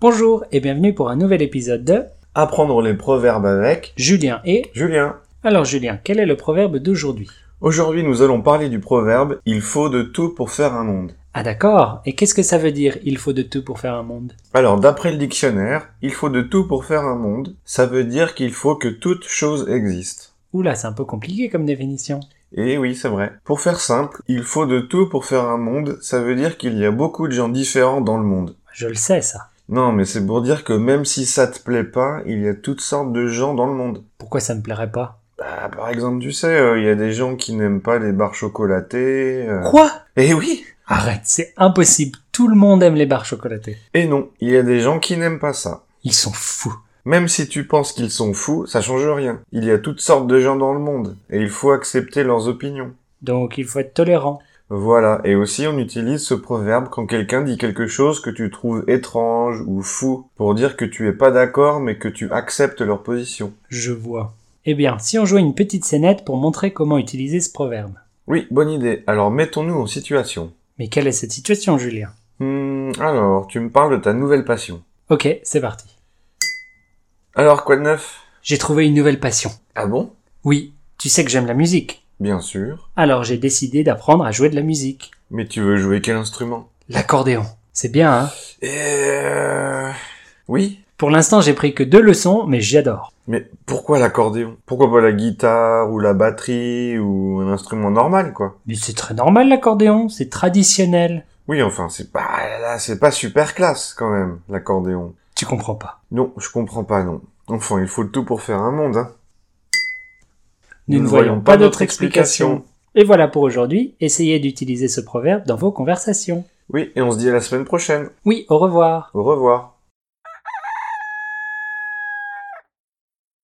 Bonjour et bienvenue pour un nouvel épisode de Apprendre les proverbes avec Julien et... Julien. Alors Julien, quel est le proverbe d'aujourd'hui Aujourd'hui, nous allons parler du proverbe Il faut de tout pour faire un monde. Ah d'accord, et qu'est-ce que ça veut dire il faut de tout pour faire un monde Alors, d'après le dictionnaire, il faut de tout pour faire un monde, ça veut dire qu'il faut que toute chose existe. Oula, c'est un peu compliqué comme définition. Et oui, c'est vrai. Pour faire simple, il faut de tout pour faire un monde, ça veut dire qu'il y a beaucoup de gens différents dans le monde. Je le sais ça. Non, mais c'est pour dire que même si ça te plaît pas, il y a toutes sortes de gens dans le monde. Pourquoi ça me plairait pas Bah, par exemple, tu sais, euh, il y a des gens qui n'aiment pas les barres chocolatées. euh. Quoi Eh oui Arrête, c'est impossible, tout le monde aime les barres chocolatées. Et non, il y a des gens qui n'aiment pas ça. Ils sont fous. Même si tu penses qu'ils sont fous, ça change rien. Il y a toutes sortes de gens dans le monde, et il faut accepter leurs opinions. Donc il faut être tolérant. Voilà, et aussi on utilise ce proverbe quand quelqu'un dit quelque chose que tu trouves étrange ou fou, pour dire que tu es pas d'accord mais que tu acceptes leur position. Je vois. Eh bien, si on jouait une petite scénette pour montrer comment utiliser ce proverbe. Oui, bonne idée, alors mettons-nous en situation. Mais quelle est cette situation, Julien Hmm, alors, tu me parles de ta nouvelle passion. Ok, c'est parti. Alors, quoi de neuf J'ai trouvé une nouvelle passion. Ah bon Oui, tu sais que j'aime la musique. Bien sûr. Alors j'ai décidé d'apprendre à jouer de la musique. Mais tu veux jouer quel instrument Eh, L'accordéon. C'est bien, hein Euh... Oui Pour l'instant, j'ai pris que deux leçons, mais j'adore. Mais pourquoi l'accordéon Pourquoi pas la guitare ou la batterie ou un instrument normal quoi Mais c'est très normal l'accordéon, c'est traditionnel. Oui, enfin, c'est pas là, c'est pas super classe quand même l'accordéon. Tu comprends pas. Non, je comprends pas non. Enfin, il faut le tout pour faire un monde. Hein. Nous, ne voyons pas d'autre explication. Et voilà pour aujourd'hui, essayez d'utiliser ce proverbe dans vos conversations. Oui, et on se dit à la semaine prochaine. Oui, au revoir. Au revoir.